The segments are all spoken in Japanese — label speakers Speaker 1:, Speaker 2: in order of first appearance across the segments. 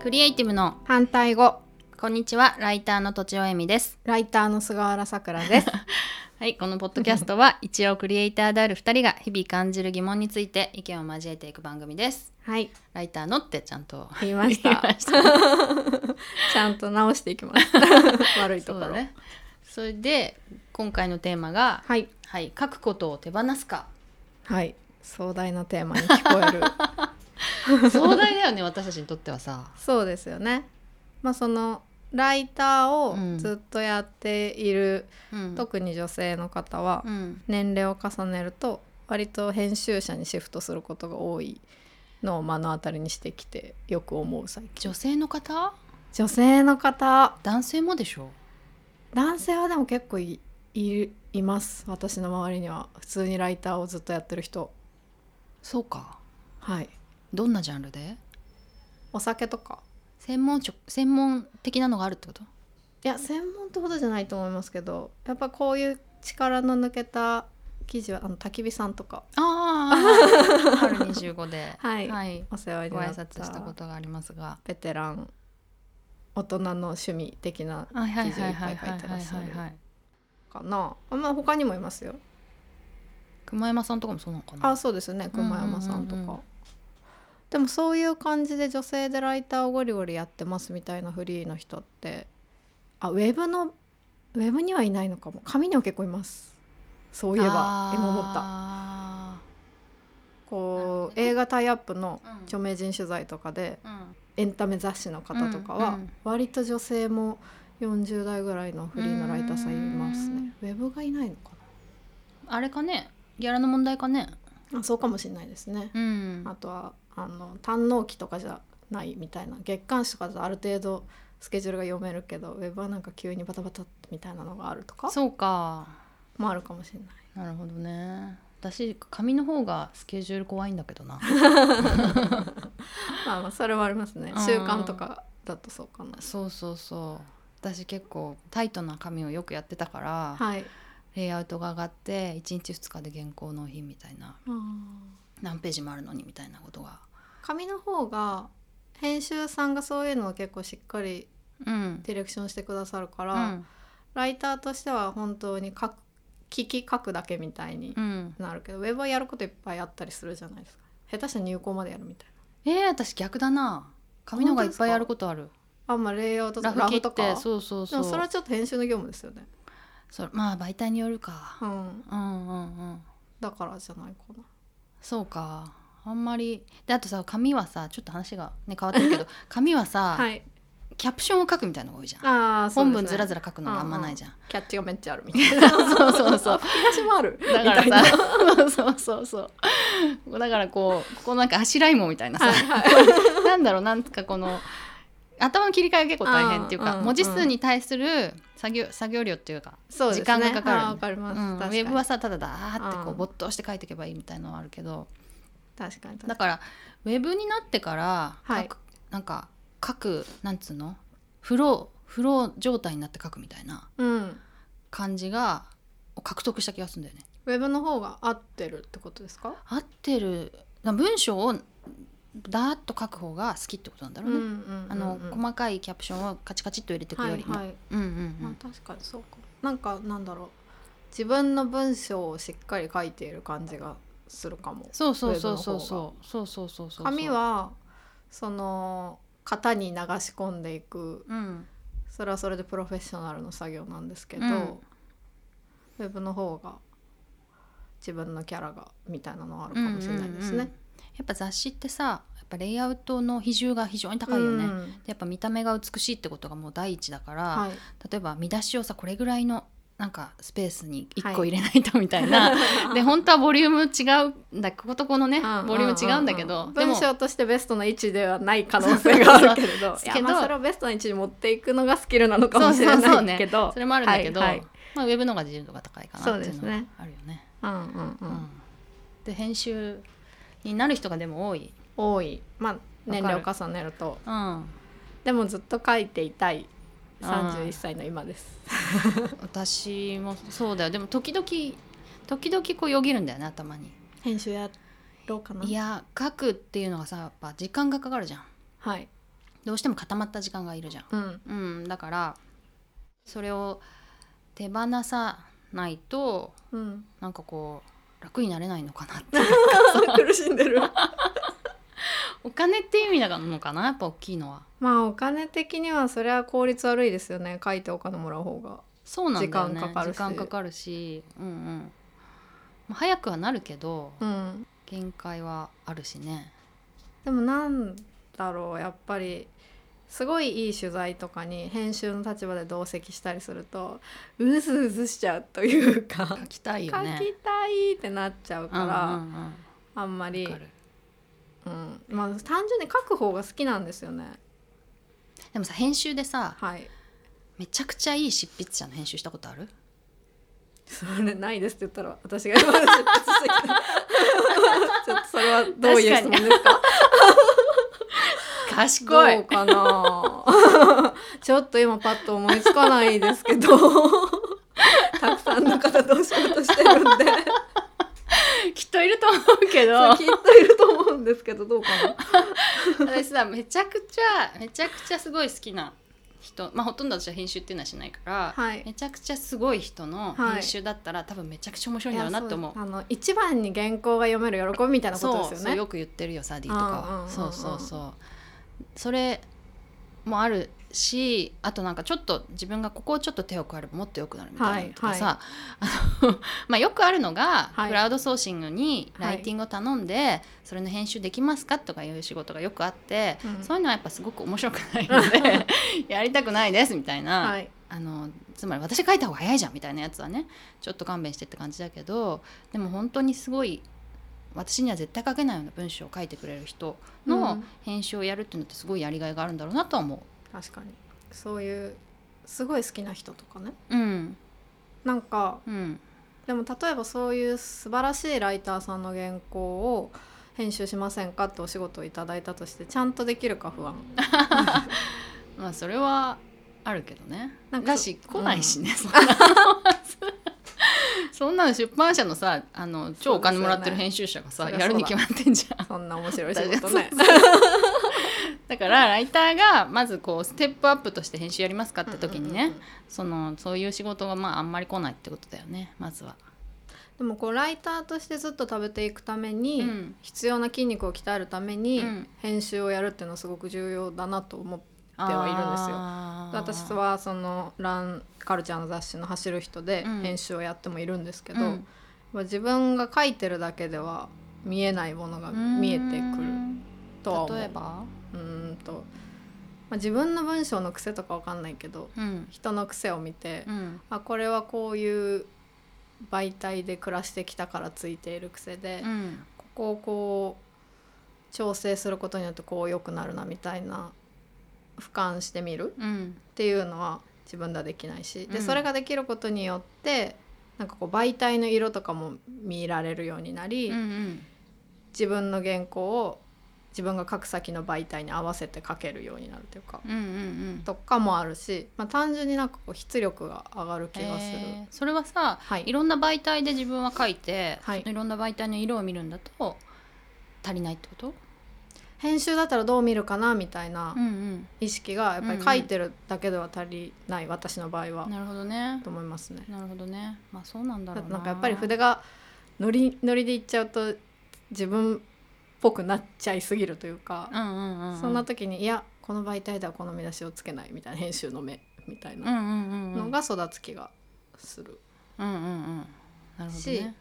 Speaker 1: クリエイティブの
Speaker 2: 反対語
Speaker 1: こんにちはライターのとちおえみです
Speaker 2: ライターの菅原さく らです
Speaker 1: はいこのポッドキャスト は一応クリエイターである二人が日々感じる疑問について意見を交えていく番組です
Speaker 2: はい
Speaker 1: ライターのってちゃんと
Speaker 2: 言いました
Speaker 1: 言いま した
Speaker 2: ちゃんと直していきます 悪いと
Speaker 1: そう
Speaker 2: こ
Speaker 1: だ
Speaker 2: ろ、
Speaker 1: ねそれで今回のテーマが
Speaker 2: はい
Speaker 1: はい書くことを手放すか
Speaker 2: はい壮大なテーマに聞 こえる
Speaker 1: 壮大だよね私たちにとってはさ
Speaker 2: そうですよねまあそのライター
Speaker 1: うん
Speaker 2: をずっとやっている、
Speaker 1: うん
Speaker 2: 特に女性の方は
Speaker 1: うん
Speaker 2: 年齢を重ねると割と編集者にシフトすることが多いのを目の当たりにしてきてよく思う最近
Speaker 1: 女性の方
Speaker 2: 女性の方
Speaker 1: 男性もでしょ
Speaker 2: 男性はでも結構いいいます私の周りには普通にライターをずっとやってる人
Speaker 1: そうか
Speaker 2: はい
Speaker 1: どんなジャンルで
Speaker 2: お酒とか
Speaker 1: 専門職専門的なのがあるってこと
Speaker 2: いや専門ってほどじゃないと思いますけどやっぱこういう力の抜けた記事はあの焚き火さんとか
Speaker 1: ああ 春25では
Speaker 2: はいお世話に
Speaker 1: ご
Speaker 2: な
Speaker 1: 挨
Speaker 2: った
Speaker 1: 拶したことがありますが
Speaker 2: ベテラン大人の趣味的な
Speaker 1: はいはい
Speaker 2: 記事
Speaker 1: は
Speaker 2: をい
Speaker 1: い
Speaker 2: っ
Speaker 1: は
Speaker 2: ぱ
Speaker 1: い
Speaker 2: い書
Speaker 1: はい
Speaker 2: いてらっしゃ
Speaker 1: はいは
Speaker 2: る
Speaker 1: い
Speaker 2: かなあまあ他にもいますよ
Speaker 1: 熊山さんとかもそうなのかな
Speaker 2: あそうですね熊山さんとか、
Speaker 1: うんうんうんうん
Speaker 2: でもそういう感じで女性でライターをゴリゴリやってますみたいなフリーの人ってあウェブのウェブにはいないのかも紙には結構いますそういえば今思った
Speaker 1: あ
Speaker 2: こう
Speaker 1: なるほどね
Speaker 2: 映画タイアップの
Speaker 1: うん
Speaker 2: 著名人取材とかで
Speaker 1: ーうん
Speaker 2: エンタメ雑誌の方とかは
Speaker 1: うんうん
Speaker 2: 割と女性も40代ぐらいのフリーのライターさんいますねウェブがいないのか
Speaker 1: あれかねギャラの問題かね
Speaker 2: なあそうかもしれないですね
Speaker 1: うん
Speaker 2: あとはあの堪能期とかじゃないみたいな月刊誌とかだとある程度スケジュールが読めるけどウェブはなんか急にバタバタってみたいなのがあるとか
Speaker 1: そうか
Speaker 2: もあるかもしれない
Speaker 1: なるほどね私紙の方がスケジュール怖いんだけ どな
Speaker 2: まあまあそれはありますね
Speaker 1: うん
Speaker 2: 習慣とかだとそうかな
Speaker 1: そうそうそう私結構タイトな紙をよくやってたから、
Speaker 2: はい
Speaker 1: レイアウトが上がって1日2日で原稿納品みたいな
Speaker 2: あー
Speaker 1: 何ページもあるのにみたいなことが
Speaker 2: 紙の方が編集さんがそういうのを結構しっかり
Speaker 1: うん、
Speaker 2: ディレクションしてくださるか
Speaker 1: う
Speaker 2: ら、
Speaker 1: ん
Speaker 2: ライターとしては本当に書く聞き書くだけみたいに
Speaker 1: うん、
Speaker 2: なるけど、ウェブはやることいっぱいあったりするじゃないですか下手したら入稿までやるみたいな。
Speaker 1: えー、私逆だな紙の方がいっぱいやることある
Speaker 2: あまあレイアウトと
Speaker 1: ラ
Speaker 2: か
Speaker 1: フ切
Speaker 2: と
Speaker 1: っ
Speaker 2: か
Speaker 1: てそうそう
Speaker 2: で
Speaker 1: そう
Speaker 2: もそれはちょっと編集の業務ですよね、
Speaker 1: それまあ媒体によるか、
Speaker 2: うん、
Speaker 1: うんうんうん
Speaker 2: だからじゃないかな
Speaker 1: そうかあんまりであとさ紙はさちょっと話がね変わってるけ ど紙はさ、
Speaker 2: はい
Speaker 1: キャプションを書くみたいなのが多いじゃん、
Speaker 2: ああ
Speaker 1: 本文ずらず
Speaker 2: ら
Speaker 1: ら書くのがあんまないじゃん、
Speaker 2: キャッチがめっちゃあるみたい な
Speaker 1: そうそうそう
Speaker 2: 引き出しもある
Speaker 1: だから
Speaker 2: みたいな
Speaker 1: さ そうそうそうだからこうここなんか柱芋みたいなさ、なんだろうなんかこの頭の切り替えが結構大変っていう
Speaker 2: うん
Speaker 1: か
Speaker 2: うん
Speaker 1: 文字数に対する作業作業量っていうか、
Speaker 2: そうですね
Speaker 1: 時間がかかる
Speaker 2: あーわかり
Speaker 1: う
Speaker 2: ます、
Speaker 1: ん、ウ
Speaker 2: 確かに
Speaker 1: ェブはさただだーってこ
Speaker 2: う
Speaker 1: うん没頭して書いていけばいいみたいのはあるけど
Speaker 2: 確かに確か
Speaker 1: だ
Speaker 2: に
Speaker 1: からウェブになってから書く、
Speaker 2: はい
Speaker 1: なんか書くなんつうのフローフロー状態になって書くみたいな
Speaker 2: うん
Speaker 1: 感じが獲得した気がするんだよね。
Speaker 2: ウェブの方が合ってるってことですか
Speaker 1: 合ってる文章をダーッと書く方が好きってことなんだろうね、
Speaker 2: ん
Speaker 1: あの細かいキャプションをカチカチっと入れていくよりも、
Speaker 2: はいはい
Speaker 1: うんうんう
Speaker 2: まあ
Speaker 1: ん、
Speaker 2: 確かにそうかなんかなんだろう自分の文章をしっかり書いている感じがするかも
Speaker 1: そうそうそうそう
Speaker 2: ウェブの
Speaker 1: そうそうそうそうそう
Speaker 2: 紙、はその型に流し込んでいく
Speaker 1: うん、
Speaker 2: それはそれでプロフェッショナルの作業なんですけど、
Speaker 1: うん
Speaker 2: ウェブの方が自分のキャラがみたいなのはあるかもしれないです
Speaker 1: うんうんうんや
Speaker 2: ね。
Speaker 1: っぱ雑誌ってさやっぱレイアウトの比重が非常に高いよね、
Speaker 2: うん
Speaker 1: やっぱ見た目が美しいってことがもう第一だから、
Speaker 2: はい、
Speaker 1: 例えば見出しをさこれぐらいのなんかスペースに1個
Speaker 2: はい
Speaker 1: 入れないとみたいな、 で本当はボリューム違うんだこことこのね、
Speaker 2: うん
Speaker 1: ボリューム違うんだけど、
Speaker 2: うう
Speaker 1: でも
Speaker 2: 文章としてベストな位置ではない可能性があるけれ ど
Speaker 1: そう
Speaker 2: いや
Speaker 1: けど
Speaker 2: まあそれをベストな位置に持っていくのがスキルなのかもしれ
Speaker 1: そうそうそう
Speaker 2: な
Speaker 1: ね
Speaker 2: いけど
Speaker 1: それもあるんだけど、
Speaker 2: はいはい
Speaker 1: まあ、ウェブの方が自由度が高いかなっていうのはあるよね。
Speaker 2: うんうんう
Speaker 1: うんんで編集になる人がでも多い、
Speaker 2: 多いまあ年齢を重ねると
Speaker 1: うん、
Speaker 2: でもずっと書いていたい
Speaker 1: うん
Speaker 2: 31歳の今です。
Speaker 1: 私もそうだよでも時々時々こうよぎるんだよね頭に。
Speaker 2: 編集やろうかない
Speaker 1: や書くっていうのがさやっぱ時間がかかるじゃん。
Speaker 2: はい
Speaker 1: どうしても固まった時間がいるじゃん。
Speaker 2: うん
Speaker 1: うん、だからそれを手放さないと
Speaker 2: うん
Speaker 1: なんかこう楽になれないのかなって
Speaker 2: 苦しんでる
Speaker 1: お金っていう意味なのかなやっぱ大きいのは
Speaker 2: まあお金的にはそれは効率悪いですよね書いてお金もらう方が
Speaker 1: そうなんだよね
Speaker 2: 時間かかるし
Speaker 1: 時間かかるしうんうんまあ早くはなるけど、
Speaker 2: うん
Speaker 1: 限界はあるしね
Speaker 2: でもなんだろうやっぱりすごいいい取材とかに編集の立場で同席したりするとうずうずしちゃうというか
Speaker 1: 書きたい
Speaker 2: 書き
Speaker 1: よね
Speaker 2: たいってなっちゃうから、
Speaker 1: うんうんうん
Speaker 2: あんまり、
Speaker 1: わかる
Speaker 2: うん、まあ単純に書く方が好きなんですよね
Speaker 1: でもさ編集でさ
Speaker 2: はい
Speaker 1: めちゃくちゃいい執筆者の編集したことあ る
Speaker 2: それないですって言ったら私が今の出発してきたちょっとそれはどういう質問ですか
Speaker 1: 賢
Speaker 2: どうかな ちょっと今パッと思いつかないですけどたくさんの方とお仕事してるんで
Speaker 1: きっといると思うけど
Speaker 2: そうきっといると思うんですけどどうかな
Speaker 1: 私さめちゃくちゃめちゃくちゃすごい好きな人まあほとんど私は編集っていうのはしないから、
Speaker 2: はい
Speaker 1: めちゃくちゃすごい人の
Speaker 2: はい
Speaker 1: 編集だったら、多分めちゃくちゃ面白いんだろうなって思う
Speaker 2: い。やそうあの一番に原稿が読める喜びみたいなこ
Speaker 1: そう
Speaker 2: とです
Speaker 1: そう
Speaker 2: よね
Speaker 1: よく言ってるよサディとかは、
Speaker 2: うんうんうんうん
Speaker 1: そうそうそうそれもあるしあとなんかちょっと自分がここをちょっと手を加えればもっと良くなるみたいなのとかさ、あの まあ、よくあるのが、
Speaker 2: はい
Speaker 1: クラウドソーシングにライティングを頼んで、それの編集できますかとかいう仕事がよくあって、
Speaker 2: うん
Speaker 1: そういうのはやっぱすごく面白くないの でやりたくないですみたいな、
Speaker 2: はい
Speaker 1: あのつまり私書いた方が早いじゃんみたいなやつはねちょっと勘弁してって感じだけどでも本当にすごい私には絶対書けないような文章を書いてくれる人
Speaker 2: う
Speaker 1: の
Speaker 2: ん
Speaker 1: 編集をやるっていうのってすごいやりがいがあるんだろうなとは思
Speaker 2: 確かにそういうすごい好きな人とかね
Speaker 1: う。うん、
Speaker 2: なんか
Speaker 1: うん、
Speaker 2: でも例えばそういう素晴らしいライターさんの原稿を編集しませんかってお仕事をいただいたとしてちゃんとできるか不安
Speaker 1: まあそれはあるけどね。
Speaker 2: なんか
Speaker 1: だ
Speaker 2: そ
Speaker 1: し来ないしね、そんなのそんなの出版社のさあの超お金もらってる編集者がさ、
Speaker 2: そうですよね
Speaker 1: やるに決まってんじゃん。
Speaker 2: そんな面白い仕事ね
Speaker 1: だからライターがまずこうステップアップとして編集やりますかって時にね、
Speaker 2: うんうんうん
Speaker 1: そのそういう仕事がまああんまり来ないってことだよねまずは。
Speaker 2: でもこうライターとしてずっと食べていくために、
Speaker 1: うん
Speaker 2: 必要な筋肉を鍛えるために、
Speaker 1: うん
Speaker 2: 編集をやるっていうのはすごく重要だなと思って
Speaker 1: で
Speaker 2: はいるんですよ
Speaker 1: す
Speaker 2: 私はそのランカルチャーの雑誌の「走る人」で
Speaker 1: うん
Speaker 2: 編集をやってもいるんですけど、
Speaker 1: うん
Speaker 2: まあ自分が書いてるだけでは見えないものが見えてくるとは思う。
Speaker 1: 例えば、
Speaker 2: うーんと、まあ、自分の文章の癖とかわかんないけど
Speaker 1: うん
Speaker 2: 人の癖を見て、
Speaker 1: うん
Speaker 2: あこれはこういう媒体で暮らしてきたからついている癖で、
Speaker 1: うん
Speaker 2: ここをこう調整することによってこう良くなるなみたいな俯瞰してみる
Speaker 1: うん
Speaker 2: っていうのは自分ではできないし、
Speaker 1: う
Speaker 2: で
Speaker 1: ん
Speaker 2: それができることによってなんかこう媒体の色とかも見られるようになり、
Speaker 1: うんうん
Speaker 2: 自分の原稿を自分が書く先の媒体に合わせて書けるようになるというか、
Speaker 1: うんうん
Speaker 2: とかもあるし、まあ、単純になんかこう出力が上がる気がする。
Speaker 1: えーそれはさ、
Speaker 2: はい
Speaker 1: い、ろんな媒体で自分は書いて、
Speaker 2: はい
Speaker 1: そのいろんな媒体の色を見るんだと足りないってこと、
Speaker 2: 編集だったらどう見るかなみたいな
Speaker 1: うん
Speaker 2: 意識がやっぱり書いてるだけでは足りない、私の場合
Speaker 1: う
Speaker 2: は
Speaker 1: ん、なるほどね
Speaker 2: と思いますね。
Speaker 1: なるほどねまあそうなんだろ
Speaker 2: だっ
Speaker 1: う
Speaker 2: て
Speaker 1: な
Speaker 2: なんかやっぱり筆がノリノリでいっちゃうと自分っぽくなっちゃいすぎるというか、
Speaker 1: うんうんうんうん、
Speaker 2: そんな時にいやこの媒体ではこの見出しをつけないみたいな編集の目みた
Speaker 1: う
Speaker 2: い
Speaker 1: ん
Speaker 2: な
Speaker 1: うんうんうん
Speaker 2: のが育つ気がする。
Speaker 1: うんうんうんなるほど
Speaker 2: し
Speaker 1: ね、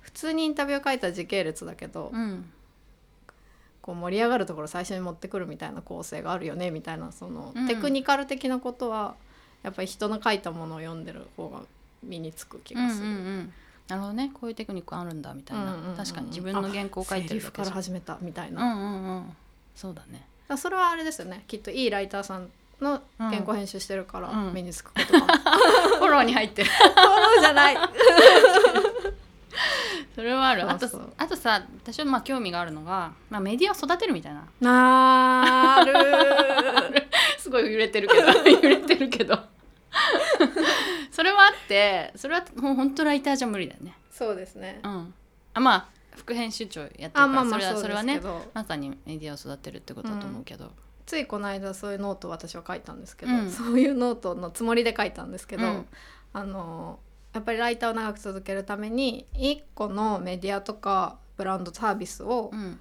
Speaker 2: 普通にインタビュー書いたら時系列だけど、
Speaker 1: うん、
Speaker 2: こう盛り上がるところ最初に持ってくるみたいな構成があるよねみたいなその
Speaker 1: うん
Speaker 2: テクニカル的なことはやっぱり人の書いたものを読んでる方が身につく気
Speaker 1: うんうん
Speaker 2: がする。
Speaker 1: うんなるほどねこういうテクニックあるんだみたいな、
Speaker 2: うんうんうん
Speaker 1: 確かに自分の原稿を書いてる
Speaker 2: セリ
Speaker 1: だ
Speaker 2: フ
Speaker 1: け
Speaker 2: から
Speaker 1: じゃ
Speaker 2: 始めたみたいな、
Speaker 1: う
Speaker 2: だか
Speaker 1: んうんうんそうだね
Speaker 2: らそれはあれですよねきっといいライターさんの原稿編集してるから
Speaker 1: うん
Speaker 2: 身につくことかも、
Speaker 1: フォローに入ってる
Speaker 2: そうじ ゃない
Speaker 1: それはあるあ
Speaker 2: そうそう
Speaker 1: とあとさ私はまあ興味があるのが、まあ、メディアを育てるみたいな
Speaker 2: なる
Speaker 1: すごい揺れてるけど 揺れてるけど それはあってそれはもう本当ライターじゃ無理だよね
Speaker 2: そうですね
Speaker 1: うんあまあ副編集長やってるから
Speaker 2: あまあま
Speaker 1: そ
Speaker 2: あ
Speaker 1: れは
Speaker 2: そう
Speaker 1: それ
Speaker 2: で
Speaker 1: は
Speaker 2: すけ
Speaker 1: ね
Speaker 2: ど、
Speaker 1: まさにメディアを育てるってことだと思うけど、
Speaker 2: ついこの間そういうノートを私は書いたんですけど、
Speaker 1: うん
Speaker 2: そういうノートのつもりで書いたんですけど、
Speaker 1: うん
Speaker 2: あのやっぱりライターを長く続けるために1個のメディアとかブランドサービスを
Speaker 1: うん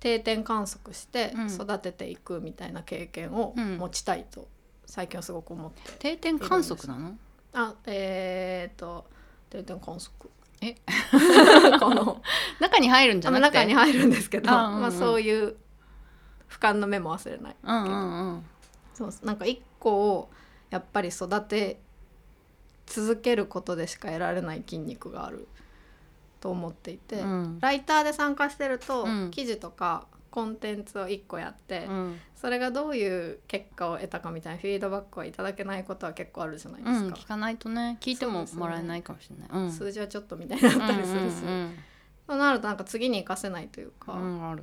Speaker 2: 定点観測して
Speaker 1: うん
Speaker 2: 育てていくみたいな経験を
Speaker 1: うん
Speaker 2: 持ちたいと最近はすごく思って、
Speaker 1: 定点観測なの
Speaker 2: あえー、っと定点観測
Speaker 1: え
Speaker 2: この
Speaker 1: 中に入るんじゃ
Speaker 2: あの
Speaker 1: なくて
Speaker 2: 中に入るんですけど
Speaker 1: あうんうん
Speaker 2: まあ、そういう俯瞰の目も忘れない。
Speaker 1: うんうんうん
Speaker 2: そうなんか一個をやっぱり育て続けることでしか得られない筋肉があると思っていて、
Speaker 1: うん
Speaker 2: ライターで参加してると、
Speaker 1: うん
Speaker 2: 記事とかコンテンツを一個やって、
Speaker 1: うん
Speaker 2: それがどういう結果を得たかみたいなフィードバックはいただけないことは結構あるじゃないで
Speaker 1: うん
Speaker 2: すか
Speaker 1: 聞、かないとね聞いて
Speaker 2: そう
Speaker 1: も
Speaker 2: ですね
Speaker 1: もらえないかもしれない、うん、
Speaker 2: 数字はちょっとみたいになったりするし、
Speaker 1: うんうん
Speaker 2: そうなるとなんか次に生かせないというか、
Speaker 1: うんうんある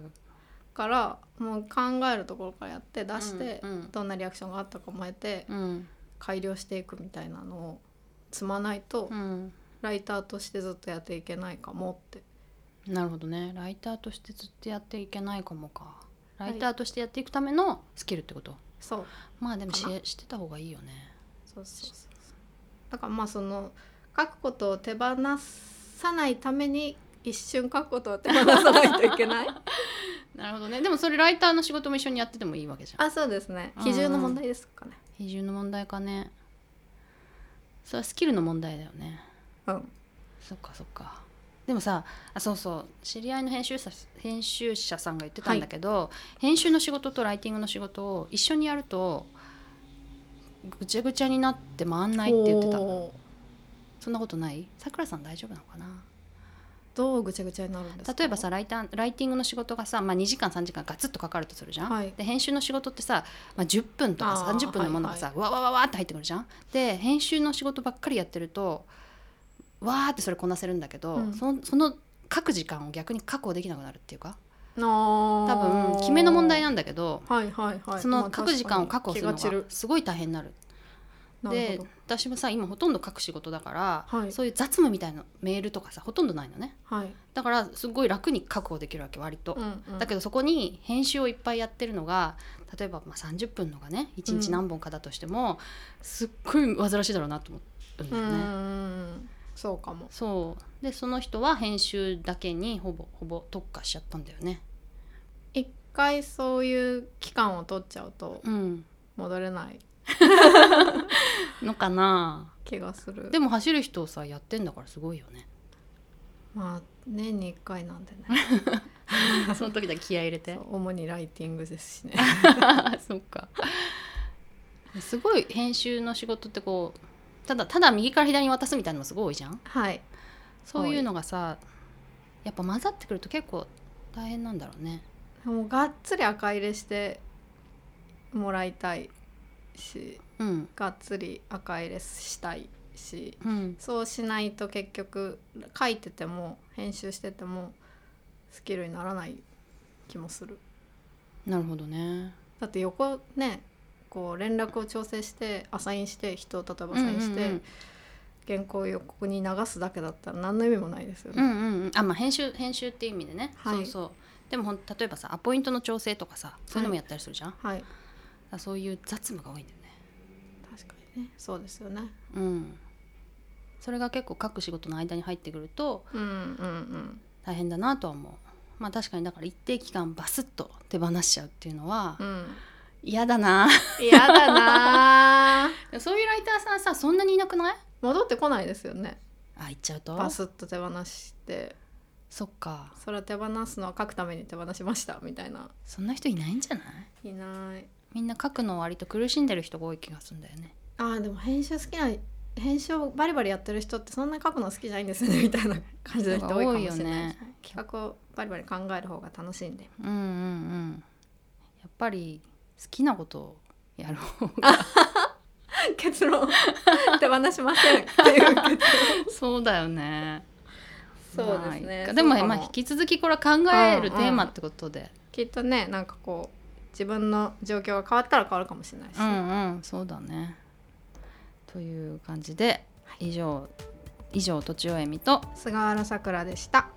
Speaker 2: からもう考えるところからやって出して、
Speaker 1: うんうん
Speaker 2: どんなリアクションがあったかも得て、
Speaker 1: うん
Speaker 2: 改良していくみたいなのを積まないと
Speaker 1: うん
Speaker 2: ライターとしてずっとやっていけないかもって
Speaker 1: なるほどねライターとしてずっとやっていけないかもかライターとしてやっていくためのスキルってこと、
Speaker 2: そう
Speaker 1: まあでもし
Speaker 2: か
Speaker 1: してた方がいいよね
Speaker 2: そうそうそうそうだからまあその書くことを手放さないために一瞬書くことを手放さないとい けない
Speaker 1: なるほどねでもそれライターの仕事も一緒にやっててもいいわけじゃん
Speaker 2: あそうですね比重の問題ですかね
Speaker 1: 比重の問題かねそれはスキルの問題だよね
Speaker 2: うん
Speaker 1: そっかそっかでもさあそうそう知り合いの編集者編集者さんが言ってたんだけど、編集の仕事とライティングの仕事を一緒にやるとぐちゃぐちゃになって回んないって言ってた
Speaker 2: おー
Speaker 1: そんなことないさくらさん大丈夫なのかな
Speaker 2: どうぐちゃぐちゃになるんですか
Speaker 1: 例えばさライターライティングの仕事がさ、まあ、2時間3時間ガツッとかかるとするじゃん、
Speaker 2: はい
Speaker 1: で編集の仕事ってさ、まあ、10分とか
Speaker 2: あー
Speaker 1: 30分のものがさ、わわわわって入ってくるじゃんで編集の仕事ばっかりやってるとわーってそれこなせるんだけど、
Speaker 2: うん
Speaker 1: そのその書く時間を逆に確保できなくなるっていうか
Speaker 2: 多
Speaker 1: 多分決めの問題
Speaker 2: な
Speaker 1: なんだけど
Speaker 2: はいはいはい
Speaker 1: その書く時間を確保するの
Speaker 2: 気が散
Speaker 1: が
Speaker 2: る
Speaker 1: すごい大変になる
Speaker 2: なる
Speaker 1: で
Speaker 2: ほど
Speaker 1: 私もさ今ほとんど書く仕事だから、
Speaker 2: はい
Speaker 1: そういう雑務みたいなメールとかさほとんどないのね
Speaker 2: はい
Speaker 1: だからすごい楽に確保できるわけ割と。
Speaker 2: うんうん
Speaker 1: だけどそこに編集をいっぱいやってるのが例えばまあ30分のがね1
Speaker 2: う
Speaker 1: 日
Speaker 2: ん
Speaker 1: 何本かだとしても、すっごい煩わしいだろうなと思うんだ
Speaker 2: う
Speaker 1: よ
Speaker 2: んう
Speaker 1: ね。
Speaker 2: んうんそうかも
Speaker 1: そうでその人は編集だけにほぼほぼ特化しちゃったんだよね。
Speaker 2: 一回そういう期間を取っちゃうと
Speaker 1: うん、
Speaker 2: 戻れない
Speaker 1: のかな
Speaker 2: 気がする
Speaker 1: でも走る人をさやってんだからすごいよね。
Speaker 2: まあ年に一回なんでね
Speaker 1: その時だけ気合い入れて
Speaker 2: そう。主にライティングですしね
Speaker 1: そうか。すごい編集の仕事ってこうただただ右から左に渡すみたいなのもすごい多いじゃん。
Speaker 2: はい
Speaker 1: そういうのがさやっぱ混ざってくると結構大変なんだろうね。
Speaker 2: もうがっつり赤入れしてもらいたいし
Speaker 1: うん
Speaker 2: がっつり赤入れしたいし
Speaker 1: うん、
Speaker 2: そうしないと結局書いてても編集しててもスキルにならない気もする
Speaker 1: なるほどね。
Speaker 2: だって横ねこう連絡を調整してアサインして人を例えばアサインして、
Speaker 1: うん
Speaker 2: 原稿を横に流すだけだったら何の意味もないですよ
Speaker 1: うんう
Speaker 2: ね。
Speaker 1: んうんうんあまあ編集編集っていう意味でね、
Speaker 2: はい
Speaker 1: そうそうでもほん例えばさアポイントの調整とかさそういうのもやったりするじゃん、だか
Speaker 2: はい
Speaker 1: らそういう雑務が多いんだよね。
Speaker 2: 確かにねそうですよね。
Speaker 1: うん、それが結構各仕事の間に入ってくると
Speaker 2: うんうん
Speaker 1: 大変だなとは思う。まあ確かにだから一定期間バスッと手放しちゃうっていうのは
Speaker 2: うんうん。
Speaker 1: 嫌だな
Speaker 2: 嫌だな ー
Speaker 1: そういうライターさんさそんなにいなくない
Speaker 2: 戻ってこないですよね。
Speaker 1: あ行っちゃうと
Speaker 2: バスッと手放して
Speaker 1: そっか
Speaker 2: それは手放すのは書くために手放しましたみたいな。
Speaker 1: そんな人いないんじゃない
Speaker 2: いない。
Speaker 1: みんな書くの割と苦しんでる人が多い気がするんだよね
Speaker 2: あーでも編集好きな編集をバリバリやってる人ってそんなに書くの好きじゃないんです よねみたいな感じの人多いかもしれない
Speaker 1: 多
Speaker 2: です
Speaker 1: いよ
Speaker 2: ね
Speaker 1: ね。
Speaker 2: 企画をバリバリ考える方が楽しいんで。
Speaker 1: うんうんうんやっぱり好きなことをやる方が
Speaker 2: 結論手放しませんっていう結論
Speaker 1: そうだよね
Speaker 2: そうですね
Speaker 1: まあいい
Speaker 2: そ
Speaker 1: か
Speaker 2: う
Speaker 1: でも
Speaker 2: かも
Speaker 1: まあ引き続きこれは考えるテーマってことで
Speaker 2: きっとねなんかこう自分の状況が変わったら変わるかもしれないし、
Speaker 1: うんうん、そうだねという感じで以上以上とちおえみと
Speaker 2: 菅原さくらでした